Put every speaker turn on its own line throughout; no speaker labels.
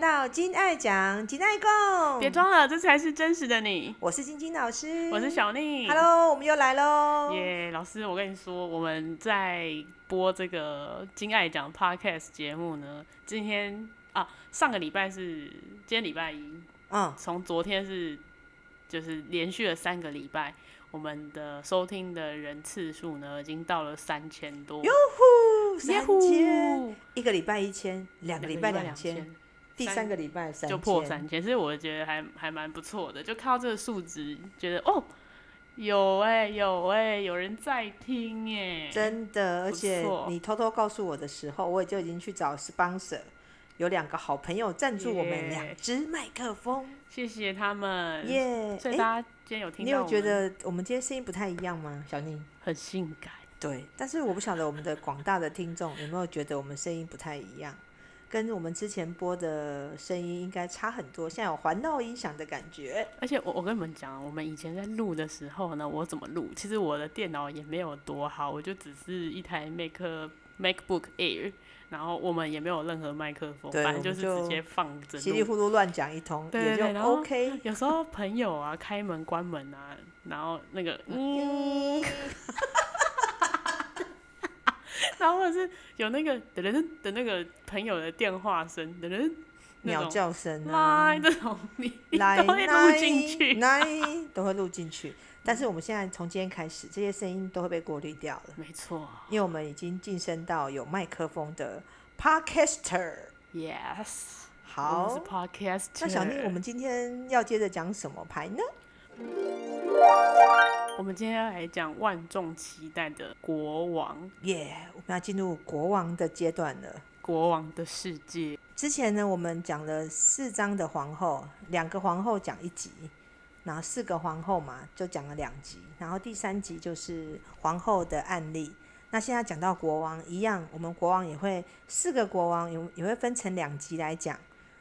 到金爱讲金爱共，
别装了，这才是真实的你。
我是晶晶老师，
我是小宁。
嗯 Hello，我们又来喽。
耶老师，我跟你说，我们在播这个《金爱讲》Podcast 节目呢，今天啊，上个礼拜是今天礼拜一，
嗯，
从昨天是就是连续了三个礼拜，我们的收听的人次数呢，已经到了三千多。
哟呼，
耶
三
呼
千，一个礼拜一千，两个礼拜两
两
千，
千，
第三个礼拜三千，
就破三千，所以我觉得还还蛮不错的。就看到这个数值，觉得哦，有哎、有哎、有人在听哎、
真的，而
不
且
错
你偷偷告诉我的时候，我也就已经去找 sponsor，有两个好朋友赞助我
耶
们两只麦克风，
谢谢他们。
耶！
所以
诶
大家今天有听
你
到我
有
们，
觉得我们今天声音不太一样吗，小宁？
很性感？
对，但是我不晓得我们的广大的听众有没有觉得我们声音不太一样，跟我们之前播的声音应该差很多，现在有环绕音响的感觉。
而且我我跟你们讲，啊我们以前在录的时候呢，我怎么录？其实我的电脑也没有多好，我就只是一台 Mac MacBook Air，然后我们也没有任何麦克风，
对
反
我们
正就是
就
直接放着
稀里
录。
糊涂乱讲一通，
对对
也
对
就
然后
OK。
有时候朋友啊，开门关门啊，然后那个
嗯，
然后或者是有那个的人的那个朋友的电话声的人，那
鸟
种
叫声啊
妈，这种你你
来
都会录进去。
来都会录进去。但是我们现在从今天开始，这些声音都会被过滤掉了，
没错
因为我们已经晋升到有麦克风的 podcaster。
，yes，我们
好
是，podcast。
那小宁，我们今天要接着讲什么牌呢？
我们今天要来讲万众期待的国王，
耶我们要进入国王的阶段了。
国王的世界。
之前呢，我们讲了四章的皇后，两个皇后讲一集，然后四个皇后嘛，就讲了两集，然后第三集就是皇后的案例。那现在讲到国王一样，我们国王也会四个国王也也会分成两集来讲。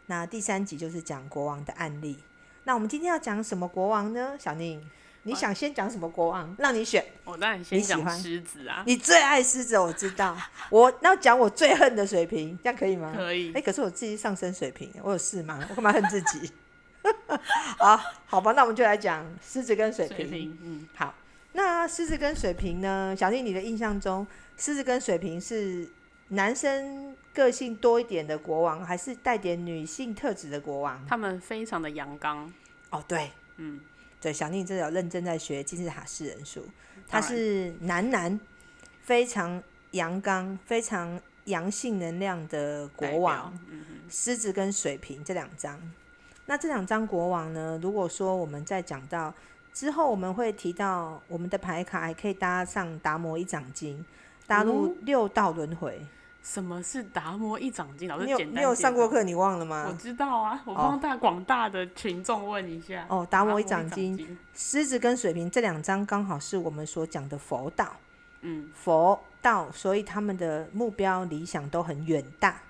那第三集就是讲国王的案例。那我们今天要讲什么国王呢？小宁，你想先讲什么国王？让你选。
我当然先
你喜
讲
欢
狮子啊，
你最爱狮子，我知道。我那讲我最恨的水平，这样可以吗？
可以
哎、可是我自己上升水平，我有事吗？我干嘛恨自己？ 好，好吧，那我们就来讲狮子跟水
水瓶，嗯，
好，那狮子跟水瓶呢？小丽，你的印象中，狮子跟水瓶是男生个性多一点的国王，还是带点女性特质的国王？
他们非常的阳刚，
哦，对，
嗯，
对，小宁真的有认真在学金字塔四人数，他
当然
是男男，非常阳刚、非常阳性能量的
代表
国王。，
嗯哼，
狮子跟水瓶这两张。那这两张国王呢？如果说我们再讲到之后，我们会提到我们的牌卡还可以搭上达摩一掌经，
哦
搭入六道轮回。
什么是达摩一掌经？老师
你有
简
你
单
有
介
上过
绍
课，你忘了
我
吗？
知道啊，我帮大广大的群众问一下。
哦，达摩一掌经，，狮子跟水瓶这两张刚好是我们所讲的佛道，
嗯，
佛道，所以他们的目标理想都很远大，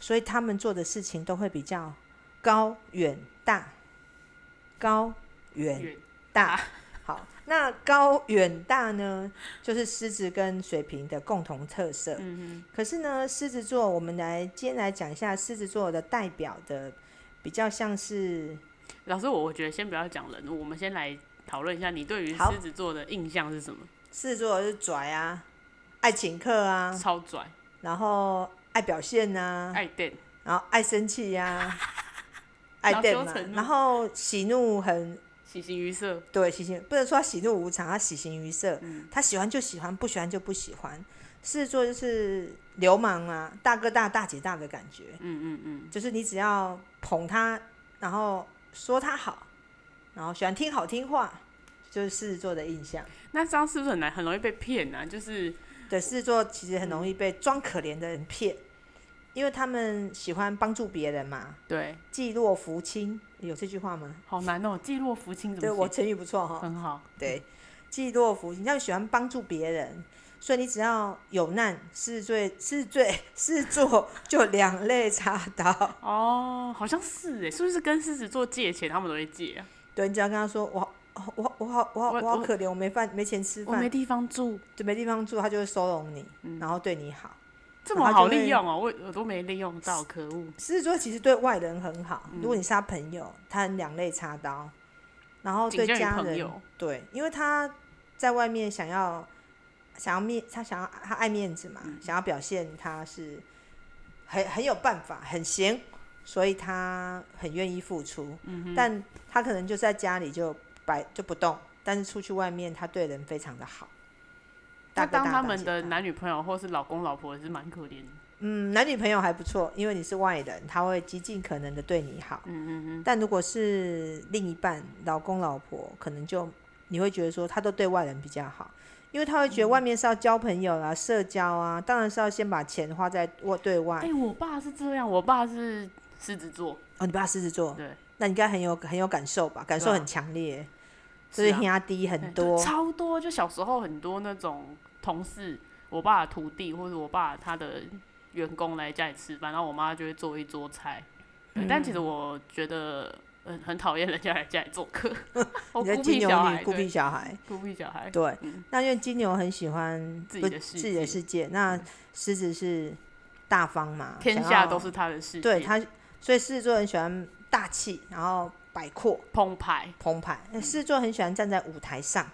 所以他们做的事情都会比较高远大，高远
远
大。好，那高远大呢，就是狮子跟水瓶的共同特色。
嗯
可是呢，狮子座，我们来今天来讲一下狮子座的代表的，比较像是
哼，老师，我我觉得先不要讲人物，我们先来讨论一下你对于
好
狮子座的印象是什么？
狮子座是拽啊，爱请客啊，
超拽，
然后爱表现啊，
爱电，
然后爱生气呀、 爱电
恼
嘛
羞成，怒
然后喜怒很
喜形于色，
对，喜形不能说他喜怒无常，他喜形于色，
嗯
他喜欢就喜欢，不喜欢就不喜欢。狮子座就是流氓啊，大哥大大姐大的感觉，
嗯嗯嗯，
就是你只要捧他，然后说他好，然后喜欢听好听话，就是狮子座的印象。
那这样是不是很难很容易被骗啊？就是
对，狮子座其实很容易被装可怜的人骗，因为他们喜欢帮助别人嘛，
对，
济弱扶倾，有这句话吗？
好难哦，济弱扶倾怎
对
么
我嗯
写
成语不错哈、
很好，
对，济弱扶倾，你要喜欢帮助别人，所以你只要有难，是罪是罪是做就两肋插刀。
哦，好像是哎，是不是跟狮子座借钱他们都会借啊？
对，你只要跟他说我好我好我好我好
我
我好
我
可怜，我没饭没钱吃嗯
我没
饭，
地方住，
就没地方住，他就会收容你，然后对你好。
这
然
么
后就
好
会
利用哦，我我都没利用到，可恶。
狮子座其实对外人很好，
嗯
如果你是他朋友，他很两肋插刀，然后哦对
仅限于
家
朋
人
友，
对，因为他在外面想要想要面，他想要他爱面子
嗯
嘛，想要表现他是很很有办法，很行，所以他很愿意付出，
嗯
但他可能就在家里就摆就不动，但是出去外面他对人非常的好。大
那
哥
当
大
他
胆
们
小
的
胆
男女朋友或是老公老婆也是蛮可怜的。
嗯，男女朋友还不错，因为你是外人，他会极尽可能的对你好。
嗯嗯嗯，
但如果是另一半，老公老婆，可能就你会觉得说他都对外人比较好，因为他会觉得
嗯
外面是要交朋友啦、社交啊，当然是要先把钱花在我对外
哎、。我爸是这样，我爸是狮子座，
哦，你爸狮子座，
对，
那你应该很有很有感受吧？感受
对啊
很强烈，
是
所以
啊
压低
哎
很
对
多。
超多。就小时候很多那种同事，我爸的徒弟或者我爸他的员工来家里吃饭，然后我妈就会做一桌菜。对但
嗯
其实我觉得很很讨厌人家来家里做客，我
你在
孤
金
僻
牛
小孩，
女孤僻
对，
小孩，
孤僻小孩，
对
嗯。
那因为金牛很喜欢
自己
不
的世
自己的
界嗯
世界，那狮子是大方嘛，
天
想
下
要
都是他的世界，
对他，所以狮子座很喜欢大气，然后摆阔
澎湃
澎湃。
嗯
那狮子座很喜欢站在舞台上，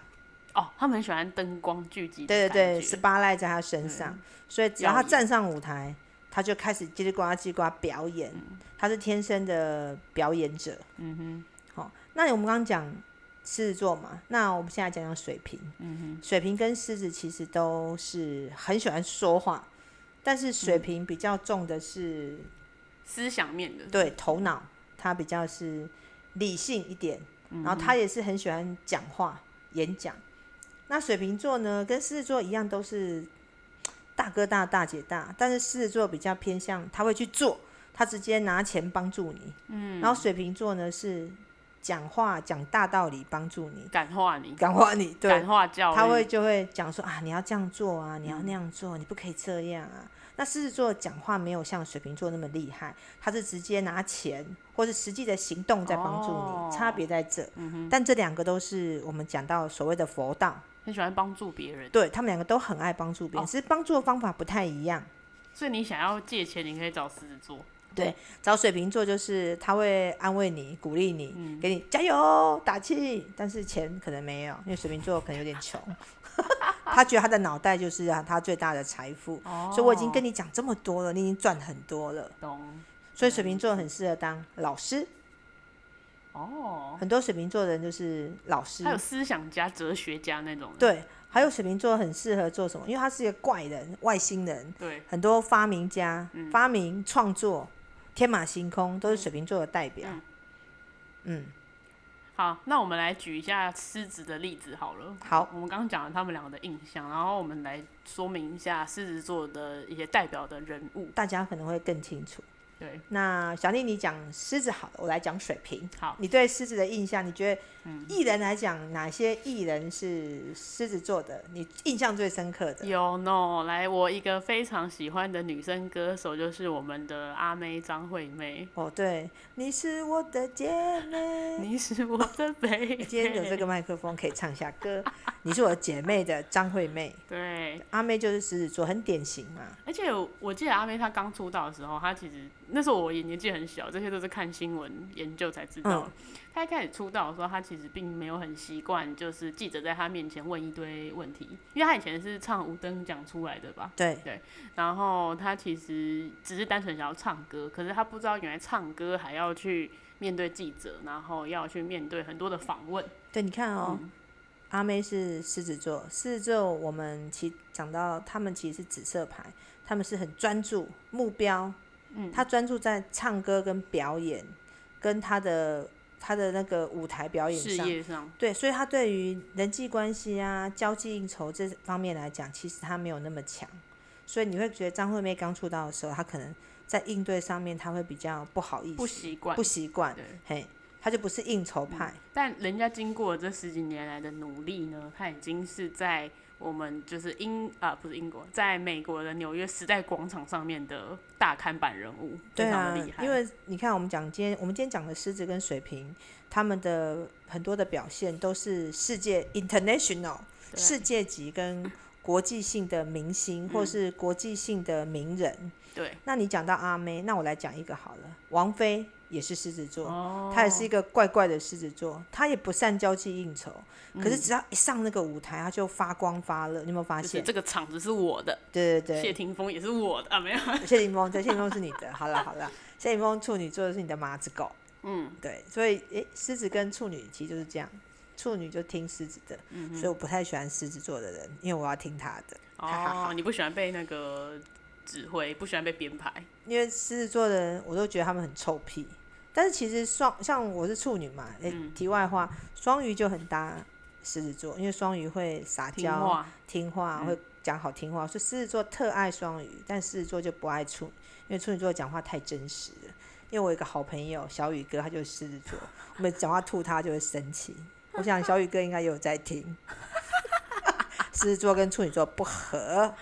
哦，他们很喜欢灯光聚集的
对对对，
感觉
十八赖在他身上，所以只要
耀
他
眼
站上舞台，他就开始叽里呱啦叽里呱啦表演，他是天生的表演者。嗯哼，好、那我们刚刚讲狮子座嘛，那我们现在讲讲水瓶。嗯哼，水瓶跟狮子其实都是很喜欢说话，但是水瓶比较重的是、
思想面的，
对头脑，他比较是理性一点，然后他也是很喜欢讲话、演讲。那水瓶座呢，跟狮子座一样，都是大哥大、大姐大，但是狮子座比较偏向他会去做，他直接拿钱帮助你。嗯，然后水瓶座呢是讲话讲大道理帮助你，
感化你，
感化你，对，
感化教育，
他会就会讲说啊，你要这样做啊，你要
嗯
那样做，你不可以这样啊。那狮子座讲话没有像水瓶座那么厉害，他是直接拿钱或是实际的行动在帮助你，
哦
差别在这。但这两个都是我们讲到所谓的佛道，
很喜欢帮助别人，
对他们两个都很爱帮助别人，
哦
只是帮助的方法不太一样。
所以你想要借钱，你可以找狮子座，
找水瓶座就是他会安慰你、鼓励你，
嗯
给你加油打气，但是钱可能没有，因为水瓶座可能有点穷。 他觉得他的脑袋就是啊他最大的财富，
哦
所以我已经跟你讲这么多了，你已经赚很多了。
懂
所以水瓶座很适合当老师，
哦，
很多水瓶座的人就是老师
他。有思想家、哲学家那种的，
对，还有水瓶座很适合做什么？因为他是一个怪人、外星人，
对，
很多发明家、
嗯
发明、创作、天马行空都是水瓶座的代表。嗯，
好，那我们来举一下狮子的例子好了。
好，
我们刚刚讲了他们两个的印象，然后我们来说明一下狮子座的一些代表的人物，
大家可能会更清楚。
对，
那小丽，你讲狮子好了，我来讲水瓶。
好，
你对狮子的印象，你觉得艺人来讲，哪些艺人是狮子座的？你印象最深刻的？
有 no，来，我一个非常喜欢的女生歌手就是我们的阿妹张惠妹，
哦，对，你是我的姐妹。
你是我的 baby。
今天有这个麦克风，可以唱一下歌。你是我姐妹的张惠妹，
对，
阿妹就是狮子座，很典型嘛。
而且我记得阿妹她刚出道的时候，她其实那时候我也年纪很小，这些都是看新闻研究才知
嗯
道。她一开始出道的时候，她其实并没有很习惯，就是记者在她面前问一堆问题，因为她以前是唱五灯奖出来的吧。
对，
然后她其实只是单纯想要唱歌，可是她不知道原来唱歌还要去面对记者，然后要去面对很多的访问。
对，你看哦，
嗯
阿妹是狮子座，狮子座我们其讲到他们其实是紫色牌，他们是很专注目标，嗯，他专注在唱歌跟表演，跟他的他的那个舞台表演
事
上，
业上，
对，所以他对于人际关系啊、交际应酬这方面来讲，其实他没有那么强，所以你会觉得张惠妹刚出道的时候，她可能在应对上面，她会比较不好意思，
不习惯
不习惯，
对
嘿，她就不是应酬派，
但人家经过这十几年来的努力呢，他已经是在我们就是英啊、不是英国，在美国的纽约时代广场上面的大看板人物，
对
非常
啊
的厉，害。
因为你看，我们讲今天我们今天讲的狮子跟水瓶，他们的很多的表现都是世界 international
对嗯
世界级跟国际性的明星或是国际性的名人。
对，
那你讲到阿妹，那我来讲一个好了，王菲也是狮子座。
哦，
她也是一个怪怪的狮子座，她也不善交际应酬，
嗯
可是只要一上那个舞台，她就发光发热。你有没有发
就是
现？
这个场子是我的，
对对
谢
对，
霆锋也是我的啊， 没有，
谢霆锋，对，谢霆锋是你的。好了好了，谢霆锋处女座是你的马子狗。
嗯，
对，所以诶，狮子跟处女其实就是这样，处女就听狮子的，
嗯
所以我不太喜欢狮子座的人，因为我要听他的，哈哈哈
哦，你不喜欢被那个指挥，不喜欢被编排，
因为狮子座的人我都觉得他们很臭屁。但是其实双像我是处女嘛，诶，
嗯
题外话，双鱼就很搭狮子座，因为双鱼会撒
听
娇、
话，
听话，
嗯
会讲好听话，所以狮子座特爱双鱼，但狮子座就不爱处女，因为处女座讲话太真实了。因为我有一个好朋友小宇哥，他就是狮子座，我每次讲话吐他就会生气。我想小宇哥应该也有在听。 狮子座跟处女座不合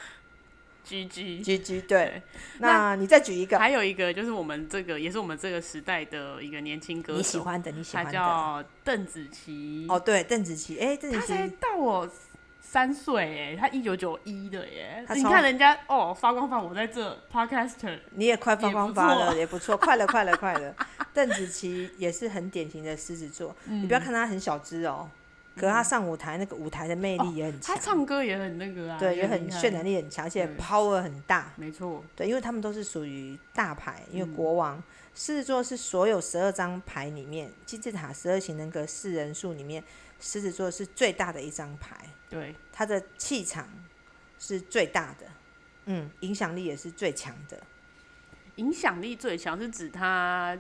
居居。
，G G 对。那你再举一个
还有一个就是我们这个也是我们这个时代的一个年轻歌
你喜
手，
欢的，你喜
他
欢的。
叫邓紫棋。
哦，对，邓紫棋，哎，邓
他
紫
才
棋，
到我三岁哎，他一九九一的耶
他，
你
从
看人家哦发光发我在这 podcaster，
你也快发
也不
光发
错
了，也不错，快了，快了，快了。 邓紫棋也是很典型的狮子座，
嗯
你不要看她很小只哦，可是她上舞台那个舞台的魅
哦
力也很
他
强，
唱歌也很那个啊，
对，也
也
很
厉害
渲染，力很强，而且
对
power 很大。
没错，
对，因为他们都是属于大牌，因
嗯
为国王狮子座是所有十二张牌里面，金字塔十二型人格四人数里面，狮子座是最大的一张牌，
对，
它的气场是最大的，嗯，影响力也是最强的。
影响力最强是指他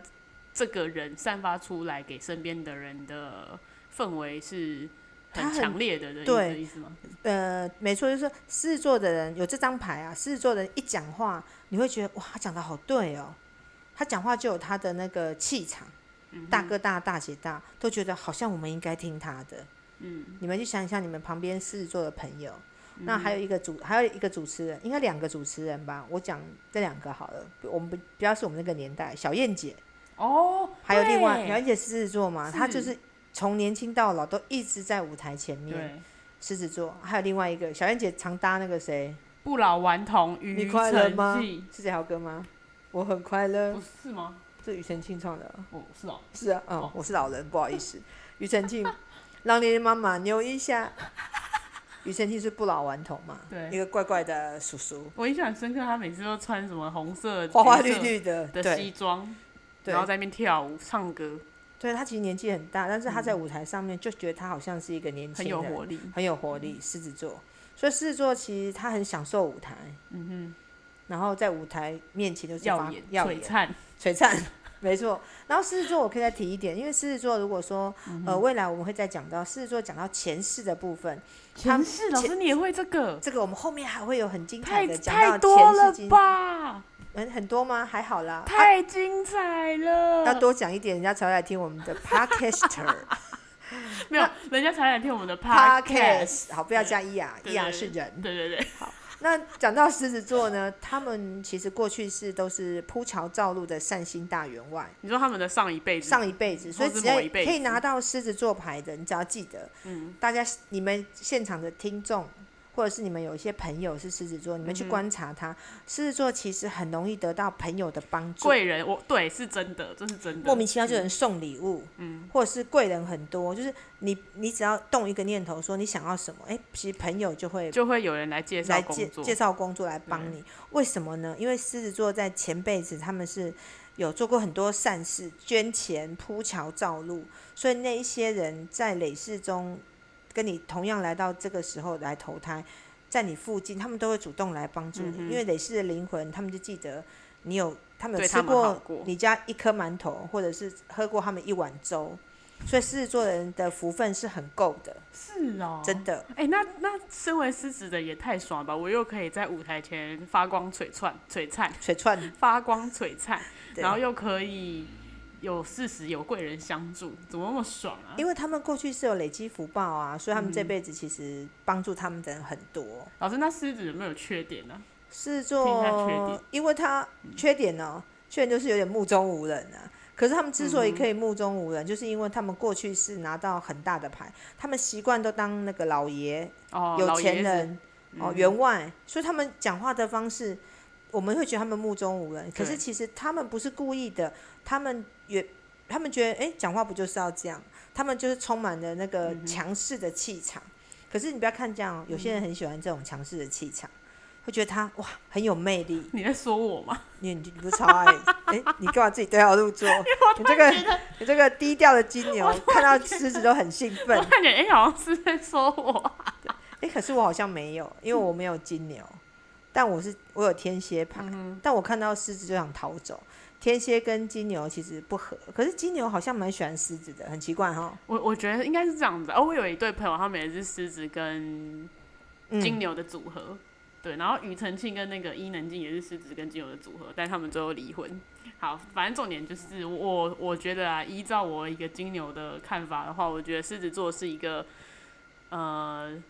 这个人散发出来给身边的人的氛围是
他
很
很
强烈的的
对
的意思吗？
呃，没错，就是说狮子座的人有这张牌啊，狮子座的人一讲话，你会觉得哇，他讲的好对哦，他讲话就有他的那个气场，大哥大大姐大都觉得好像我们应该听他的。嗯，你们去想一下，你们旁边狮子座的朋友，那还有一个主，还有一个主持人，应该两个主持人吧？我讲这两个好了，我们不不要是我们那个年代，小燕姐，
哦，
还有另外
对
小燕姐狮子座嘛，她就是是从年轻到老都一直在舞台前面。
对，
狮子座，还有另外一个小燕姐常搭那个谁，
不老顽童庾
你快乐吗
澄庆，
是这条歌吗？我很快乐
不，是吗？
是庾澄庆唱的。
哦，是哦，
是啊，嗯
哦，
我是老人，不好意思。庾澄庆， 让你的妈妈扭一下。庾澄庆是不老顽童嘛？
对
一个怪怪的叔叔，
我印象很深刻，他每次都穿什么红色、
花花
橘
绿
色
绿的，
的
对
西装，然后
对
在那边跳舞、唱歌，
对，他其实年纪很大，但是他在舞台上面就觉得他好像是一个年轻
嗯很有
人
活力。
很有活力，狮子座。所以狮子座其实他很享受舞台，
嗯
然后在舞台面前就
哼，
是
耀
发
眼、
耀
璀
眼，
璨，
璀璨， 没错。然后狮子座我可以再提一点，因为狮子座如果说、
嗯
呃未来我们会再讲到狮子座讲到前世的部分，他
前世老师你也会这个，
这个我们后面还会有很精彩
太
的讲
太
到前
多了
世经
吧，
很很多吗？还好啦，啊
太精彩
要
了。
多讲一点，人家才会来听我们 的 podcaster
没有，人家才来听我们的 podcast。
podcast。好，不要加伊雅，
对
伊雅
对
是人。
对对对，
那讲到狮子座呢，他们其实过去是都是铺桥造路的善心大员外，
你说他们的上一辈子，
上一辈子，所以
哦或是
只要
某一辈子
可以拿到狮子座牌的，你只要记得，嗯，大家你们现场的听众，或者是你们有一些朋友是狮子座，你们去观察他，狮子座其实很容易得到朋友的帮助，
嗯贵人，我对是真的，这是真的。
莫名其妙就有人送礼物，嗯，或者是贵人很多，就是你你只要动一个念头说你想要什么，哎、其实朋友就会
就会有人来介绍
来
工
介
作，嗯
介绍工作来帮你。为什么呢？因为狮子座在前辈子他们是有做过很多善事，捐钱、铺桥造路，所以那一些人在累世中跟你同样来到这个时候来投胎，在你附近，他们都会主动来帮助你，因为累世的灵魂，他们就记得你有他们有
嗯对
吃
他们
过
好过
你家一颗馒头，或者是喝过他们一碗粥。所以狮子座的人的福分是很够的，
是哦，
真的。
哎、那那身为狮子的也太爽了吧！我又可以在舞台前发光璀璨、璀璨、
水串，
发光璀璨，
对
然后又可以有事实、有贵人相助，怎么那么爽啊？嗯
因为他们过去是有累积福报啊，所以他们这辈子其实帮助他们的人很多。
老师，那狮子有没有缺点呢、
狮子
听他缺
座
点，嗯
因为他缺点呢、缺点就是有点目中无人啊。可是他们之所以可以
嗯
目中无人，就是因为他们过去是拿到很大的牌，他们习惯都当那个老爷、
哦，
有
老爷
钱
子嗯
人，哦，员外，所以他们讲话的方式，我们会觉得他们目中无人，可是
对
其实他们不是故意的，他们也，他们觉得，哎，讲话不就是要这样？他们就是充满了那
嗯
个强势的气场。可是你不要看这样哦，有些人
嗯
很喜欢这种强势的气场，会觉得他哇很有魅力。
你在说我吗？
你你不是超爱？哎，你干嘛自己对号入座？你这个你这个低调的金牛，看到狮子都很兴奋
我。感觉哎、好像是在说我。
哎、可是我好像没有，因为我没有金牛，但我是我有天蝎牌，
嗯
但我看到狮子就想逃走。天蝎跟金牛其实不合，可是金牛好像蛮喜欢狮子的，很奇怪哈。
我我觉得应该是这样子。哦，我有一对朋友，他们也是狮子跟金
嗯，
牛的组合。对，然后庾澄庆跟那个伊能静也是狮子跟金牛的组合，但他们最后离婚。好，反正重点就是我我觉得啊，依照我一个金牛的看法的话，我觉得狮子座是一个呃，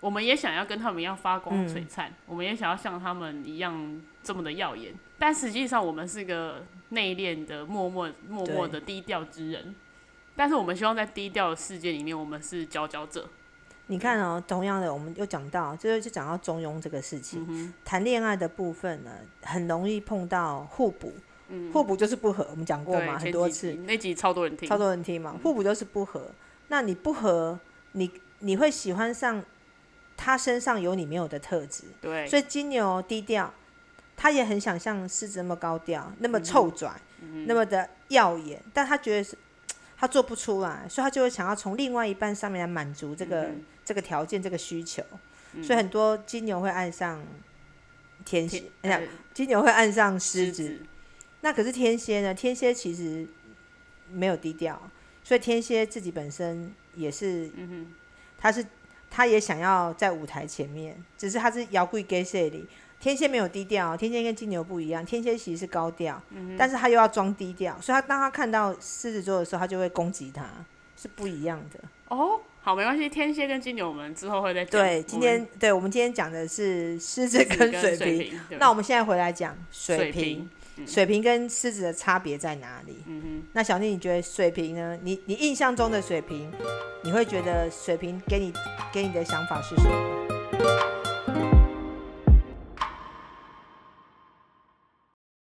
我们也想要跟他们一样发光璀璨，我们也想要像他们一样这么的耀眼，但实际上我们是个内敛的、默默默默的低调之人。但是我们希望在低调的世界里面，我们是佼佼者。
你看哦，同样的，我们又讲到，这就讲到中庸这个事
嗯
情。谈恋、爱的部分呢，很容易碰到互补，互补就是不合，我们讲过
嗯对，
嘛，
前
很多
几
次
集。那集超多人听，嗯
超多人听嘛，互补就是不合。那你不合，你你会喜欢上他身上有你没有的特质，
对，
所以金牛低调，他也很想像狮子那么高调，那么臭拽，
嗯
那么的耀眼，但他觉得是他做不出来，所以他就会想要从另外一半上面来满足这个、
嗯
这个条件、这个需求。所以很多金牛会爱上天蝎，哎呀
呃
金牛会爱上狮
狮
子，
子，
那可是天蝎呢？天蝎其实没有低调，所以天蝎自己本身也是，他是他也想要在舞台前面，只是他是摇柜 gay 里。天蝎没有低调，天蝎跟金牛不一样，天蝎其实是高调，但是他又要装低调，所以他当他看到狮子座的时候，他就会攻击他，是不一样的。
哦，好，没关系，天蝎跟金牛我们之后会再讲。
对，今
我
天
们
对我们今天讲的是狮子
狮
跟
子
水
水
瓶，
对
那我们现在回来讲
水
水瓶。水瓶跟狮子的差别在哪里？那小丽，你觉得水瓶呢？你你印象中的水瓶，你会觉得水瓶给你给你的想法是什么？